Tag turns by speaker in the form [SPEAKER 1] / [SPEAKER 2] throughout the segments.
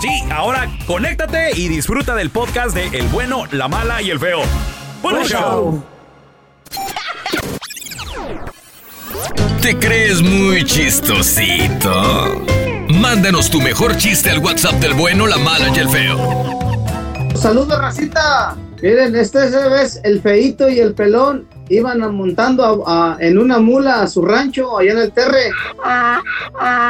[SPEAKER 1] Sí, ahora conéctate y disfruta del podcast de El bueno, la mala y el feo. Buen show.
[SPEAKER 2] ¿Te crees muy chistosito? Mándanos tu mejor chiste al WhatsApp del bueno, la mala y el feo.
[SPEAKER 3] Saludos, racita. Miren, este se vez el feito y el pelón iban montando a- a- en una mula a su rancho allá en el terre.
[SPEAKER 4] Ah.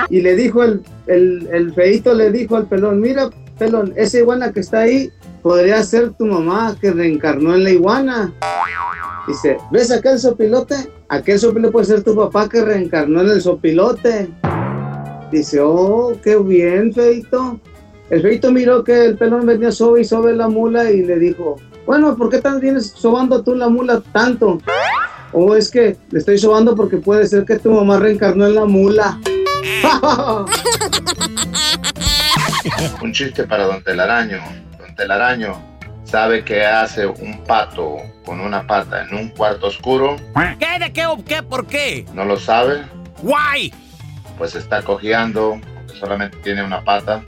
[SPEAKER 3] Y le dijo el, el, el feito, le dijo al pelón, mira, pelón, esa iguana que está ahí podría ser tu mamá que reencarnó en la iguana. Dice, ¿ves aquel sopilote? Aquel sopilote puede ser tu papá que reencarnó en el sopilote. Dice, oh, qué bien, feito. El feito miró que el pelón venía sobe y sobe la mula y le dijo, bueno, ¿por qué tan vienes sobando tú la mula tanto? O es que le estoy sobando porque puede ser que tu mamá reencarnó en la mula.
[SPEAKER 5] Un chiste para Don Telaraño. Don Telaraño sabe que hace un pato con una pata en un cuarto oscuro.
[SPEAKER 1] ¿Qué? ¿De qué? o ¿Qué? ¿Por qué?
[SPEAKER 5] No lo sabe,
[SPEAKER 1] ¡Guay!
[SPEAKER 5] pues está cojeando, porque solamente tiene una pata.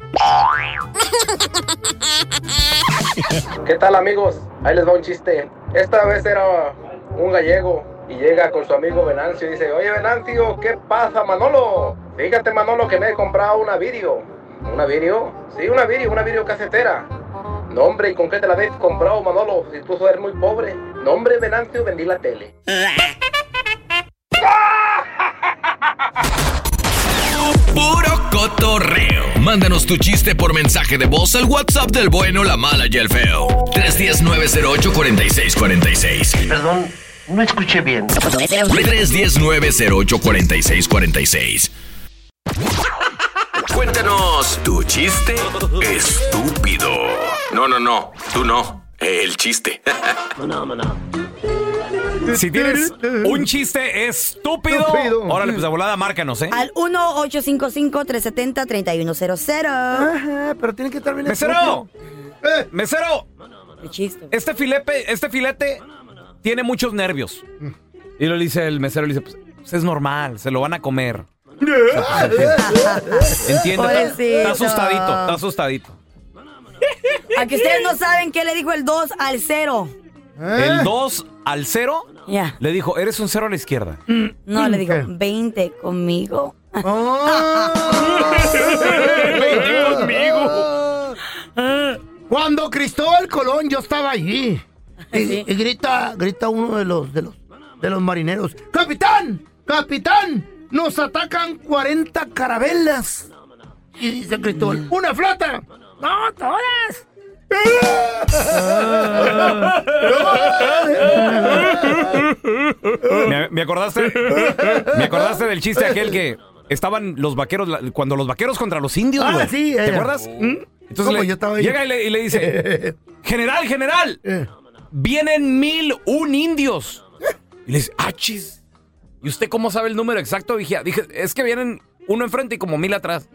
[SPEAKER 3] ¿Qué tal amigos? Ahí les va un chiste. Esta vez era un gallego y llega con su amigo Venancio y dice, oye Venancio, ¿qué pasa Manolo? Fíjate Manolo que me he comprado una virio. ¿Una virio? Sí, una virio, una virio casetera. No hombre, ¿y con qué te la habéis comprado Manolo? Si tú eres muy pobre. No hombre, Venancio, vendí la tele.
[SPEAKER 2] Puro cotorreo. Mándanos tu chiste por mensaje de voz al WhatsApp del bueno, la mala y el feo. 319-08-4646.
[SPEAKER 5] Perdón, no escuché bien.
[SPEAKER 2] 319-08-4646. Cuéntanos tu chiste estúpido. No, no, no. Tú no. El chiste.
[SPEAKER 1] Si tienes un chiste estúpido,
[SPEAKER 6] Estúpido.
[SPEAKER 1] órale, pues a volada, márcanos, ¿eh?
[SPEAKER 7] Al
[SPEAKER 8] Ah.
[SPEAKER 7] 1-855-370-3100.
[SPEAKER 6] Ajá, pero tiene que estar bien
[SPEAKER 1] ¡Mesero!
[SPEAKER 6] Eh.
[SPEAKER 1] ¡Mesero!
[SPEAKER 7] Qué chiste.
[SPEAKER 1] Este filete, este filete tiene muchos nervios. Y lo dice el mesero, le dice, pues, pues es normal, se lo van a comer. Entiendo. Está,
[SPEAKER 7] Pobrecito.
[SPEAKER 1] asustadito, está asustadito.
[SPEAKER 7] A que ustedes no saben qué le dijo el 2 al 0.
[SPEAKER 5] ¿Eh?
[SPEAKER 1] El 2 al 0
[SPEAKER 7] Ya.
[SPEAKER 1] le dijo, eres un 0 a la izquierda.
[SPEAKER 7] No, le dijo,
[SPEAKER 6] ¿Qué?
[SPEAKER 7] 20 conmigo.
[SPEAKER 6] conmigo. Cuando Cristóbal Colón yo estaba allí
[SPEAKER 1] Ah,
[SPEAKER 6] y,
[SPEAKER 7] Sí.
[SPEAKER 6] y grita grita uno de los de los de los marineros, "Capitán, capitán, nos atacan 40 carabelas." Y dice
[SPEAKER 1] Mm.
[SPEAKER 6] Cristóbal, ¡una flota! ¡No, todas!
[SPEAKER 1] ¿Me, me acordaste? ¿Me acordaste del chiste aquel que estaban los vaqueros, la- cuando los vaqueros contra los indios,
[SPEAKER 6] Ah,
[SPEAKER 1] güey?
[SPEAKER 6] sí,
[SPEAKER 1] ¿Te
[SPEAKER 6] eh.
[SPEAKER 1] acuerdas? Entonces
[SPEAKER 6] ¿Cómo?
[SPEAKER 1] le-
[SPEAKER 6] Yo estaba ahí. Eh.
[SPEAKER 1] llega y le, y le dice, general, general, vienen mil un indios. Y le dice, achis. ¿Y usted cómo sabe el número exacto, vigía? Dije, es que vienen uno enfrente y como mil atrás.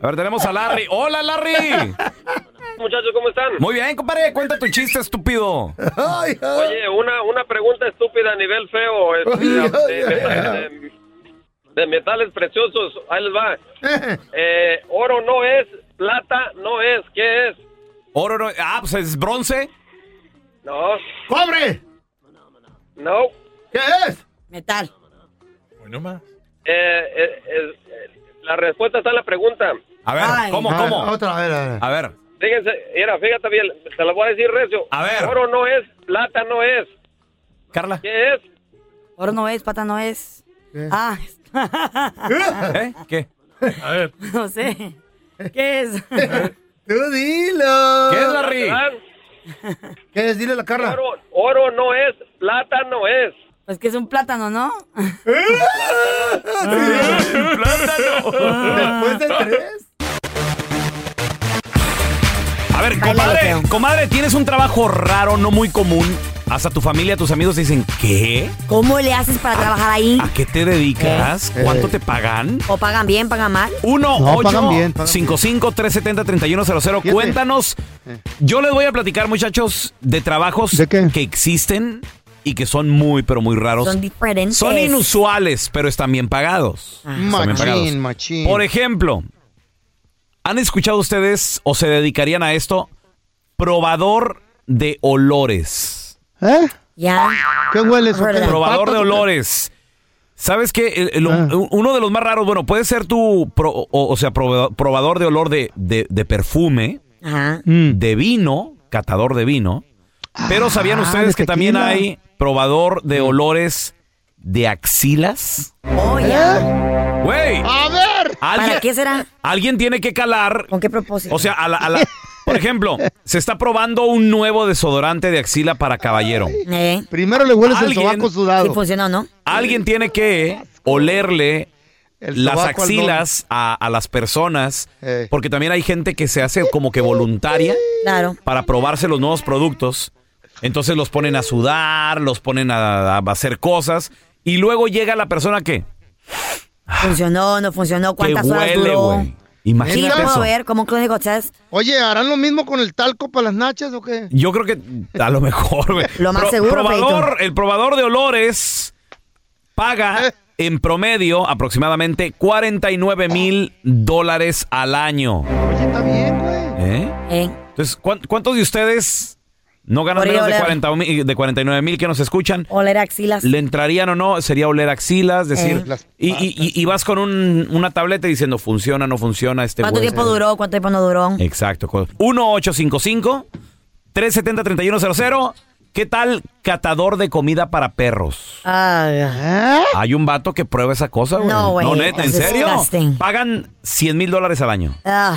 [SPEAKER 1] A ver, tenemos a Larry. ¡Hola, Larry!
[SPEAKER 4] Muchachos, ¿cómo están?
[SPEAKER 1] Muy bien, compadre, cuenta tu chiste, estúpido.
[SPEAKER 4] Oye, una, una pregunta estúpida a nivel feo. este, de, de- de- de metales preciosos. Ahí les va. Eh, oro no es, plata no es. ¿Qué es?
[SPEAKER 1] Oro, no- ah, pues es bronce.
[SPEAKER 4] No.
[SPEAKER 6] ¡Cobre!
[SPEAKER 4] No.
[SPEAKER 6] ¿Qué es?
[SPEAKER 7] Metal.
[SPEAKER 1] Bueno, más.
[SPEAKER 4] Eh, eh, eh, eh, la respuesta está en la pregunta.
[SPEAKER 1] A ver, ¿cómo,
[SPEAKER 6] A ver,
[SPEAKER 1] cómo? Ah.
[SPEAKER 6] Otra, a ver, a ver.
[SPEAKER 1] A ver,
[SPEAKER 4] Fíjense, mira, fíjate bien. Te la voy a decir recio.
[SPEAKER 1] A ver.
[SPEAKER 4] Oro no es, plata no es.
[SPEAKER 1] Carla.
[SPEAKER 4] ¿Qué es?
[SPEAKER 7] Oro no es, pata no es. Ah.
[SPEAKER 1] ¿eh? ¿Qué? A ver.
[SPEAKER 7] No sé. ¿Qué es?
[SPEAKER 6] Tú dilo.
[SPEAKER 1] ¿Qué es, Larry?
[SPEAKER 6] ¿Qué es? Dile a la Carla.
[SPEAKER 4] Oro, oro no es, plata no es.
[SPEAKER 7] Pues que es un plátano, ¿no?
[SPEAKER 6] Después
[SPEAKER 1] Ah.
[SPEAKER 6] de tres.
[SPEAKER 1] A ver, compadre, comadre, tienes un trabajo raro, no muy común. Hasta tu familia, tus amigos dicen, ¿qué?
[SPEAKER 7] ¿Cómo le haces para trabajar ahí?
[SPEAKER 1] ¿A qué te dedicas?
[SPEAKER 7] Eh,
[SPEAKER 1] ¿Cuánto
[SPEAKER 7] eh.
[SPEAKER 1] te pagan?
[SPEAKER 7] ¿O pagan bien, pagan mal?
[SPEAKER 1] Uno,
[SPEAKER 7] No,
[SPEAKER 1] ocho,
[SPEAKER 7] pagan bien, Eh.
[SPEAKER 1] 55 370 3100. Cuéntanos. Yo les voy a platicar, muchachos, de trabajos que existen y que son muy, pero muy raros.
[SPEAKER 7] Son diferentes.
[SPEAKER 1] Son inusuales, pero están bien pagados.
[SPEAKER 9] Ah.
[SPEAKER 1] Están bien
[SPEAKER 9] Machín,
[SPEAKER 1] pagados.
[SPEAKER 9] machín.
[SPEAKER 1] Por ejemplo, ¿han escuchado ustedes o se dedicarían a esto? Probador de olores.
[SPEAKER 9] ¿Eh?
[SPEAKER 7] Ya.
[SPEAKER 9] ¿Qué hueles? o qué?
[SPEAKER 1] Probador
[SPEAKER 9] ¿Patas o
[SPEAKER 1] de
[SPEAKER 9] qué?
[SPEAKER 1] olores. ¿Sabes qué? El- el-
[SPEAKER 9] Ah.
[SPEAKER 1] un- Uno de los más raros, bueno, puede ser tu, pro- o, o sea, proba- probador de olor de, de- de perfume,
[SPEAKER 7] Ajá.
[SPEAKER 9] Mm.
[SPEAKER 1] de vino, catador de vino. Pero ¿sabían
[SPEAKER 9] Ah,
[SPEAKER 1] ustedes
[SPEAKER 9] de
[SPEAKER 1] que también
[SPEAKER 9] tequila. Mm.
[SPEAKER 1] hay probador de olores de axilas? Güey.
[SPEAKER 9] A ver.
[SPEAKER 1] ¿Alguien- Alguien tiene que calar.
[SPEAKER 7] ¿Con qué propósito?
[SPEAKER 1] O sea, a la, a la- por ejemplo, se está probando un nuevo desodorante de axila para caballero.
[SPEAKER 9] Primero le hueles el
[SPEAKER 1] Alguien-
[SPEAKER 9] sobaco sudado.
[SPEAKER 1] Sí pues.
[SPEAKER 7] funciona, Eh, ¿no?
[SPEAKER 1] Alguien tiene que olerle las
[SPEAKER 9] sobaco al
[SPEAKER 1] axilas a, a las personas, porque también hay gente que se hace como que voluntaria
[SPEAKER 7] Claro.
[SPEAKER 1] para probarse los nuevos productos. Entonces los ponen a sudar, los ponen a, a hacer cosas, y luego llega la persona que,
[SPEAKER 7] ¿Funcionó, no funcionó?
[SPEAKER 1] Ah. que
[SPEAKER 7] ¿Cuántas horas
[SPEAKER 1] huele,
[SPEAKER 7] duró?
[SPEAKER 1] güey.
[SPEAKER 7] Sí,
[SPEAKER 1] Imagínate
[SPEAKER 7] lo puedo
[SPEAKER 1] eso.
[SPEAKER 7] ver, como que cosas.
[SPEAKER 9] Oye, ¿harán lo mismo con el talco para las nachas o qué?
[SPEAKER 1] Yo creo que a lo mejor, güey.
[SPEAKER 9] Lo más seguro,
[SPEAKER 1] probador- El probador de olores paga en promedio aproximadamente 49 mil dólares al año. Oye, está bien, güey. ¿Eh?
[SPEAKER 7] ¿Eh?
[SPEAKER 1] Entonces, ¿cuán- ¿cuántos de ustedes no ganan
[SPEAKER 7] Por
[SPEAKER 1] menos de,
[SPEAKER 7] oler.
[SPEAKER 1] 40 mil- de 49 mil que nos escuchan?
[SPEAKER 7] Oler axilas.
[SPEAKER 1] ¿Le entrarían o no? Sería oler axilas,
[SPEAKER 7] Eh.
[SPEAKER 1] decir...
[SPEAKER 7] Las
[SPEAKER 1] Y, y- y- y vas con un- una tableta diciendo, funciona, no funciona este
[SPEAKER 7] ¿Cuánto
[SPEAKER 1] güey.
[SPEAKER 7] tiempo duró? ¿Cuánto tiempo no duró?
[SPEAKER 1] Exacto. 1-855-370-3100. ¿Qué tal catador de comida para perros?
[SPEAKER 7] Ah,
[SPEAKER 1] Hay un vato que prueba esa cosa, güey.
[SPEAKER 7] No, güey,
[SPEAKER 1] neta, ¿en
[SPEAKER 7] that's
[SPEAKER 1] serio?
[SPEAKER 7] disgusting.
[SPEAKER 1] Pagan 100 mil dólares al año.
[SPEAKER 7] ah.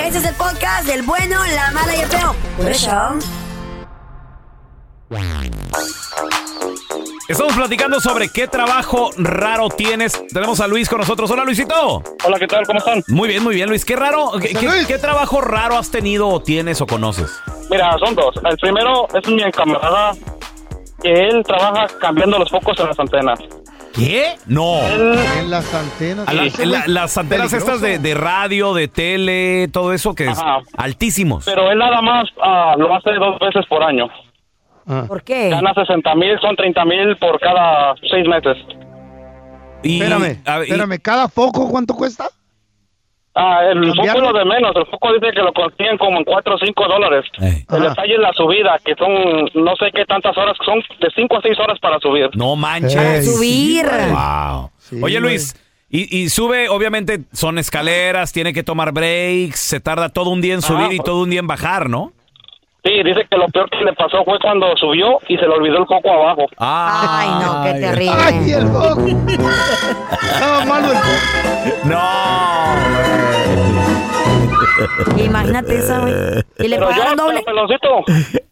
[SPEAKER 7] Este es el podcast del bueno, la mala y el feo. Por eso.
[SPEAKER 1] Estamos platicando sobre qué trabajo raro tienes. Tenemos a Luis con nosotros. Hola, Luisito.
[SPEAKER 10] Hola, ¿qué tal? ¿Cómo están?
[SPEAKER 1] Muy bien, muy bien, Luis. ¿Qué raro? ¿Qué, qué- qué trabajo raro has tenido o tienes o conoces?
[SPEAKER 10] Mira, son dos. El primero es mi camarada que él trabaja cambiando los focos en las antenas.
[SPEAKER 1] ¿Qué? No.
[SPEAKER 9] En las antenas.
[SPEAKER 1] A la- la- las antenas estas de, de radio, de tele, todo eso que es
[SPEAKER 10] Ajá.
[SPEAKER 1] altísimos.
[SPEAKER 10] Pero él nada más ah, lo hace dos veces por año.
[SPEAKER 9] Ah.
[SPEAKER 7] ¿Por qué?
[SPEAKER 10] Gana 60 mil, son 30 mil por cada seis meses.
[SPEAKER 9] espérame, espérame. ¿Cada foco cuánto cuesta?
[SPEAKER 10] Ah, el foco
[SPEAKER 9] ¿Cambiarlo?
[SPEAKER 10] es lo de menos. El foco dice que lo consiguen como en 4 o 5 dólares.
[SPEAKER 1] Eh.
[SPEAKER 7] Ah.
[SPEAKER 10] El detalle es la subida, que son no sé qué tantas horas, son de 5 a 6 horas para subir.
[SPEAKER 1] No manches.
[SPEAKER 10] Para
[SPEAKER 7] subir.
[SPEAKER 1] Wow. Oye, Luis. Y, y sube, obviamente, son escaleras, tiene que tomar breaks, se tarda todo un día en
[SPEAKER 10] Ah.
[SPEAKER 1] subir y todo un día en bajar, ¿no?
[SPEAKER 10] Sí, dice que lo peor que le pasó fue cuando subió y se le olvidó el foco abajo.
[SPEAKER 1] Ay,
[SPEAKER 7] no, qué terrible.
[SPEAKER 9] Ay, el foco. Estaba malo el foco.
[SPEAKER 7] Imagínate esa, güey. Y le pagaron doble.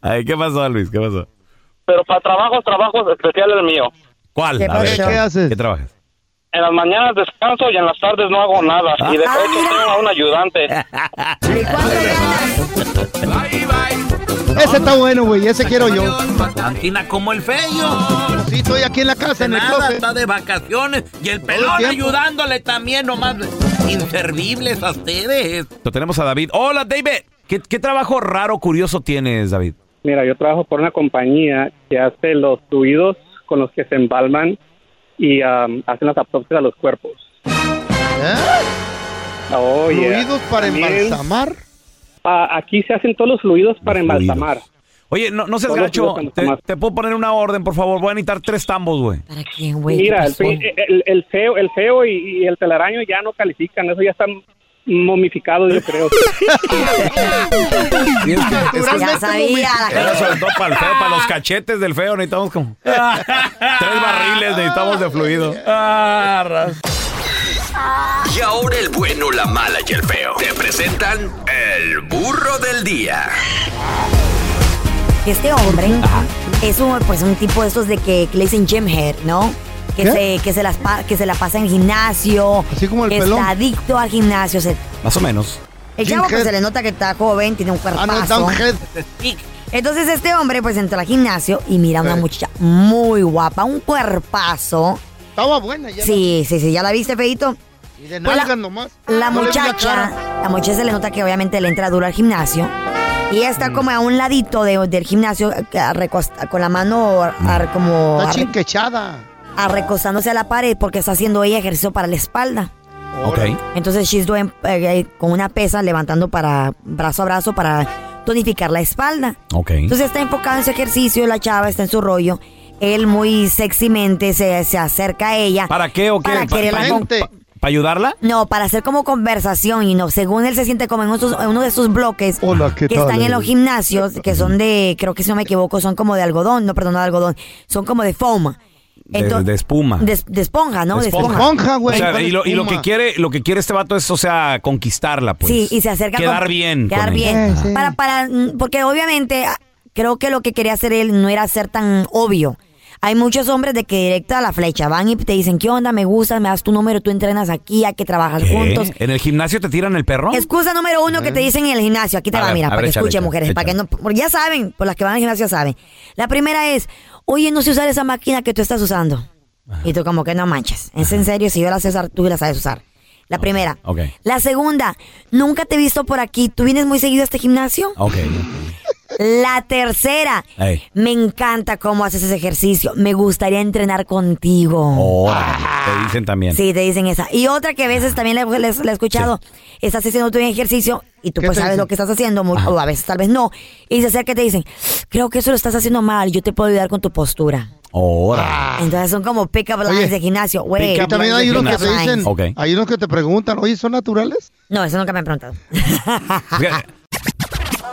[SPEAKER 1] Ay, ¿qué pasó, Luis? ¿Qué pasó?
[SPEAKER 10] Pero para trabajos, trabajos especiales el mío.
[SPEAKER 1] ¿Cuál?
[SPEAKER 10] ¿Qué
[SPEAKER 1] A ver,
[SPEAKER 10] pasó? ¿Qué
[SPEAKER 1] haces? ¿Qué trabajas?
[SPEAKER 10] En las mañanas descanso y en las tardes no hago nada. Y de
[SPEAKER 7] Ah,
[SPEAKER 10] hecho
[SPEAKER 7] mira.
[SPEAKER 10] tengo a un ayudante.
[SPEAKER 9] Ese está bueno, güey. Ese quiero yo.
[SPEAKER 1] Antina como el feyo.
[SPEAKER 9] Sí, estoy aquí en la casa, en el closet.
[SPEAKER 1] de vacaciones y el
[SPEAKER 9] pelón tiempo.
[SPEAKER 1] ayudándole también, nomás inservibles a ustedes. Lo tenemos a David. Hola, David. ¿Qué, qué trabajo raro, curioso tienes, David?
[SPEAKER 11] Mira, yo trabajo por una compañía que hace los fluidos con los que se embalman y am, hacen las autopsias a los cuerpos. Oh, yeah.
[SPEAKER 9] Fluidos para
[SPEAKER 11] También,
[SPEAKER 9] embalsamar.
[SPEAKER 11] ah, aquí se hacen todos los fluidos para embalsamar.
[SPEAKER 1] Oye, no, no seas
[SPEAKER 11] Todos
[SPEAKER 1] gacho.
[SPEAKER 11] los
[SPEAKER 1] Te, te puedo poner una orden, por favor. Voy a necesitar tres tambos, güey.
[SPEAKER 7] ¿Para quién, Pues,
[SPEAKER 11] Mira, el, fe-
[SPEAKER 3] eh,
[SPEAKER 11] el- el feo, el feo y, y el telaraño ya no califican, eso ya están momificados, yo creo.
[SPEAKER 9] Ah,
[SPEAKER 7] pues,
[SPEAKER 9] este
[SPEAKER 7] ya sabía. la
[SPEAKER 1] Era
[SPEAKER 7] gente.
[SPEAKER 1] sobre todo para el feo, para los cachetes del feo. Necesitamos como tres barriles, necesitamos de fluido. Ah,
[SPEAKER 2] Y ahora el bueno, la mala y el feo. Te presentan el burro del día.
[SPEAKER 7] Este hombre es un, pues, un tipo de esos de que, que le dicen gym head, ¿no? Que se, que, se las pa- que se la pasa en el gimnasio. Así como
[SPEAKER 1] el
[SPEAKER 7] que
[SPEAKER 1] pelón.
[SPEAKER 7] está adicto al gimnasio. se-
[SPEAKER 1] Más o menos.
[SPEAKER 7] el chavo pues, se le nota que está joven, tiene un cuerpazo. Entonces este hombre pues entra al gimnasio y mira a una muchacha muy guapa, un cuerpazo.
[SPEAKER 9] Estaba buena ya.
[SPEAKER 7] Sí, sí, sí, ya la viste, Feito.
[SPEAKER 9] Y de
[SPEAKER 7] Pues la-
[SPEAKER 9] nalgas nomás.
[SPEAKER 7] La
[SPEAKER 9] No le vi la
[SPEAKER 7] muchacha,
[SPEAKER 9] cara.
[SPEAKER 7] la muchacha se le nota que obviamente le entra duro al gimnasio. Y ella está como a un ladito de- del gimnasio, eh, recost- con la mano ar- como...
[SPEAKER 9] Está
[SPEAKER 7] arre-
[SPEAKER 9] chinquechada.
[SPEAKER 7] arrecostándose a la pared porque está haciendo ella ejercicio para la espalda.
[SPEAKER 1] Ok.
[SPEAKER 7] Entonces she's doing, eh, eh, con una pesa levantando para brazo a brazo para tonificar la espalda.
[SPEAKER 1] Ok.
[SPEAKER 7] Entonces está enfocada en su ejercicio, la chava está en su rollo. Él muy sexymente se, se acerca a ella.
[SPEAKER 1] ¿Para qué o qué?
[SPEAKER 7] Para
[SPEAKER 1] Pa-
[SPEAKER 7] quererla
[SPEAKER 1] pa-
[SPEAKER 7] con-
[SPEAKER 1] pa- ¿Para ayudarla?
[SPEAKER 7] No, para hacer como conversación y no, según él se siente como en esos- en uno de esos bloques
[SPEAKER 1] ¿qué
[SPEAKER 7] que
[SPEAKER 1] tal,
[SPEAKER 7] están en
[SPEAKER 1] eh?
[SPEAKER 7] los gimnasios, que son de, creo que si no me equivoco, son como de algodón, no, perdón, no de algodón, son como de foam.
[SPEAKER 1] De-
[SPEAKER 7] Entonces-
[SPEAKER 1] de espuma.
[SPEAKER 7] De, de esponja, ¿no? De esponja.
[SPEAKER 1] O sea, y, lo, y lo que quiere, lo que quiere este vato es, o sea, conquistarla, pues.
[SPEAKER 7] sí, y se acerca.
[SPEAKER 1] Quedar
[SPEAKER 7] con-
[SPEAKER 1] bien.
[SPEAKER 7] Quedar
[SPEAKER 1] con
[SPEAKER 7] bien.
[SPEAKER 1] ella. Ajá.
[SPEAKER 7] Para, para, mm, porque obviamente ah, creo que lo que quería hacer él no era ser tan obvio. Hay muchos hombres de que directo a la flecha van y te dicen, ¿qué onda? Me gusta, me das tu número, tú entrenas aquí, a que trabajas
[SPEAKER 1] ¿Qué?
[SPEAKER 7] juntos.
[SPEAKER 1] ¿En el gimnasio te tiran el perro?
[SPEAKER 7] Excusa número uno que te dicen en el gimnasio. Aquí te
[SPEAKER 1] Eh. A
[SPEAKER 7] va,
[SPEAKER 1] ver,
[SPEAKER 7] mira,
[SPEAKER 1] a
[SPEAKER 7] para
[SPEAKER 1] ver,
[SPEAKER 7] que
[SPEAKER 1] échale,
[SPEAKER 7] escuchen,
[SPEAKER 1] échale,
[SPEAKER 7] mujeres. Para que no, porque ya saben, por las que van al gimnasio ya saben. La primera es, oye, no sé usar esa máquina que tú estás usando. Y tú como que no manches. Es en serio, si yo la sé usar, tú la sabes usar. La primera.
[SPEAKER 1] Ok.
[SPEAKER 7] La segunda, nunca te he visto por aquí. ¿Tú vienes muy seguido a este gimnasio?
[SPEAKER 1] Ok.
[SPEAKER 7] La tercera,
[SPEAKER 1] Oh. Ey.
[SPEAKER 7] me encanta cómo haces ese ejercicio. Me gustaría entrenar contigo.
[SPEAKER 1] Oh, Órale, te dicen también.
[SPEAKER 7] Sí, te dicen esa. Y otra que a veces también la, la- la he escuchado, estás haciendo tu ejercicio y tú
[SPEAKER 1] ¿Qué
[SPEAKER 7] pues
[SPEAKER 1] te
[SPEAKER 7] sabes
[SPEAKER 1] dicen?
[SPEAKER 7] lo que estás haciendo, mu-
[SPEAKER 1] Ajá.
[SPEAKER 7] o a veces tal vez no, y se acerca y te dicen, creo que eso lo estás haciendo mal, yo te puedo ayudar con tu postura.
[SPEAKER 1] Órale.
[SPEAKER 7] Entonces son como pick-up lines de gimnasio, güey.
[SPEAKER 9] Y también hay unos que te dicen,
[SPEAKER 1] Ok.
[SPEAKER 9] hay unos que te preguntan, oye, ¿son naturales?
[SPEAKER 7] No, eso nunca me han preguntado. Ah,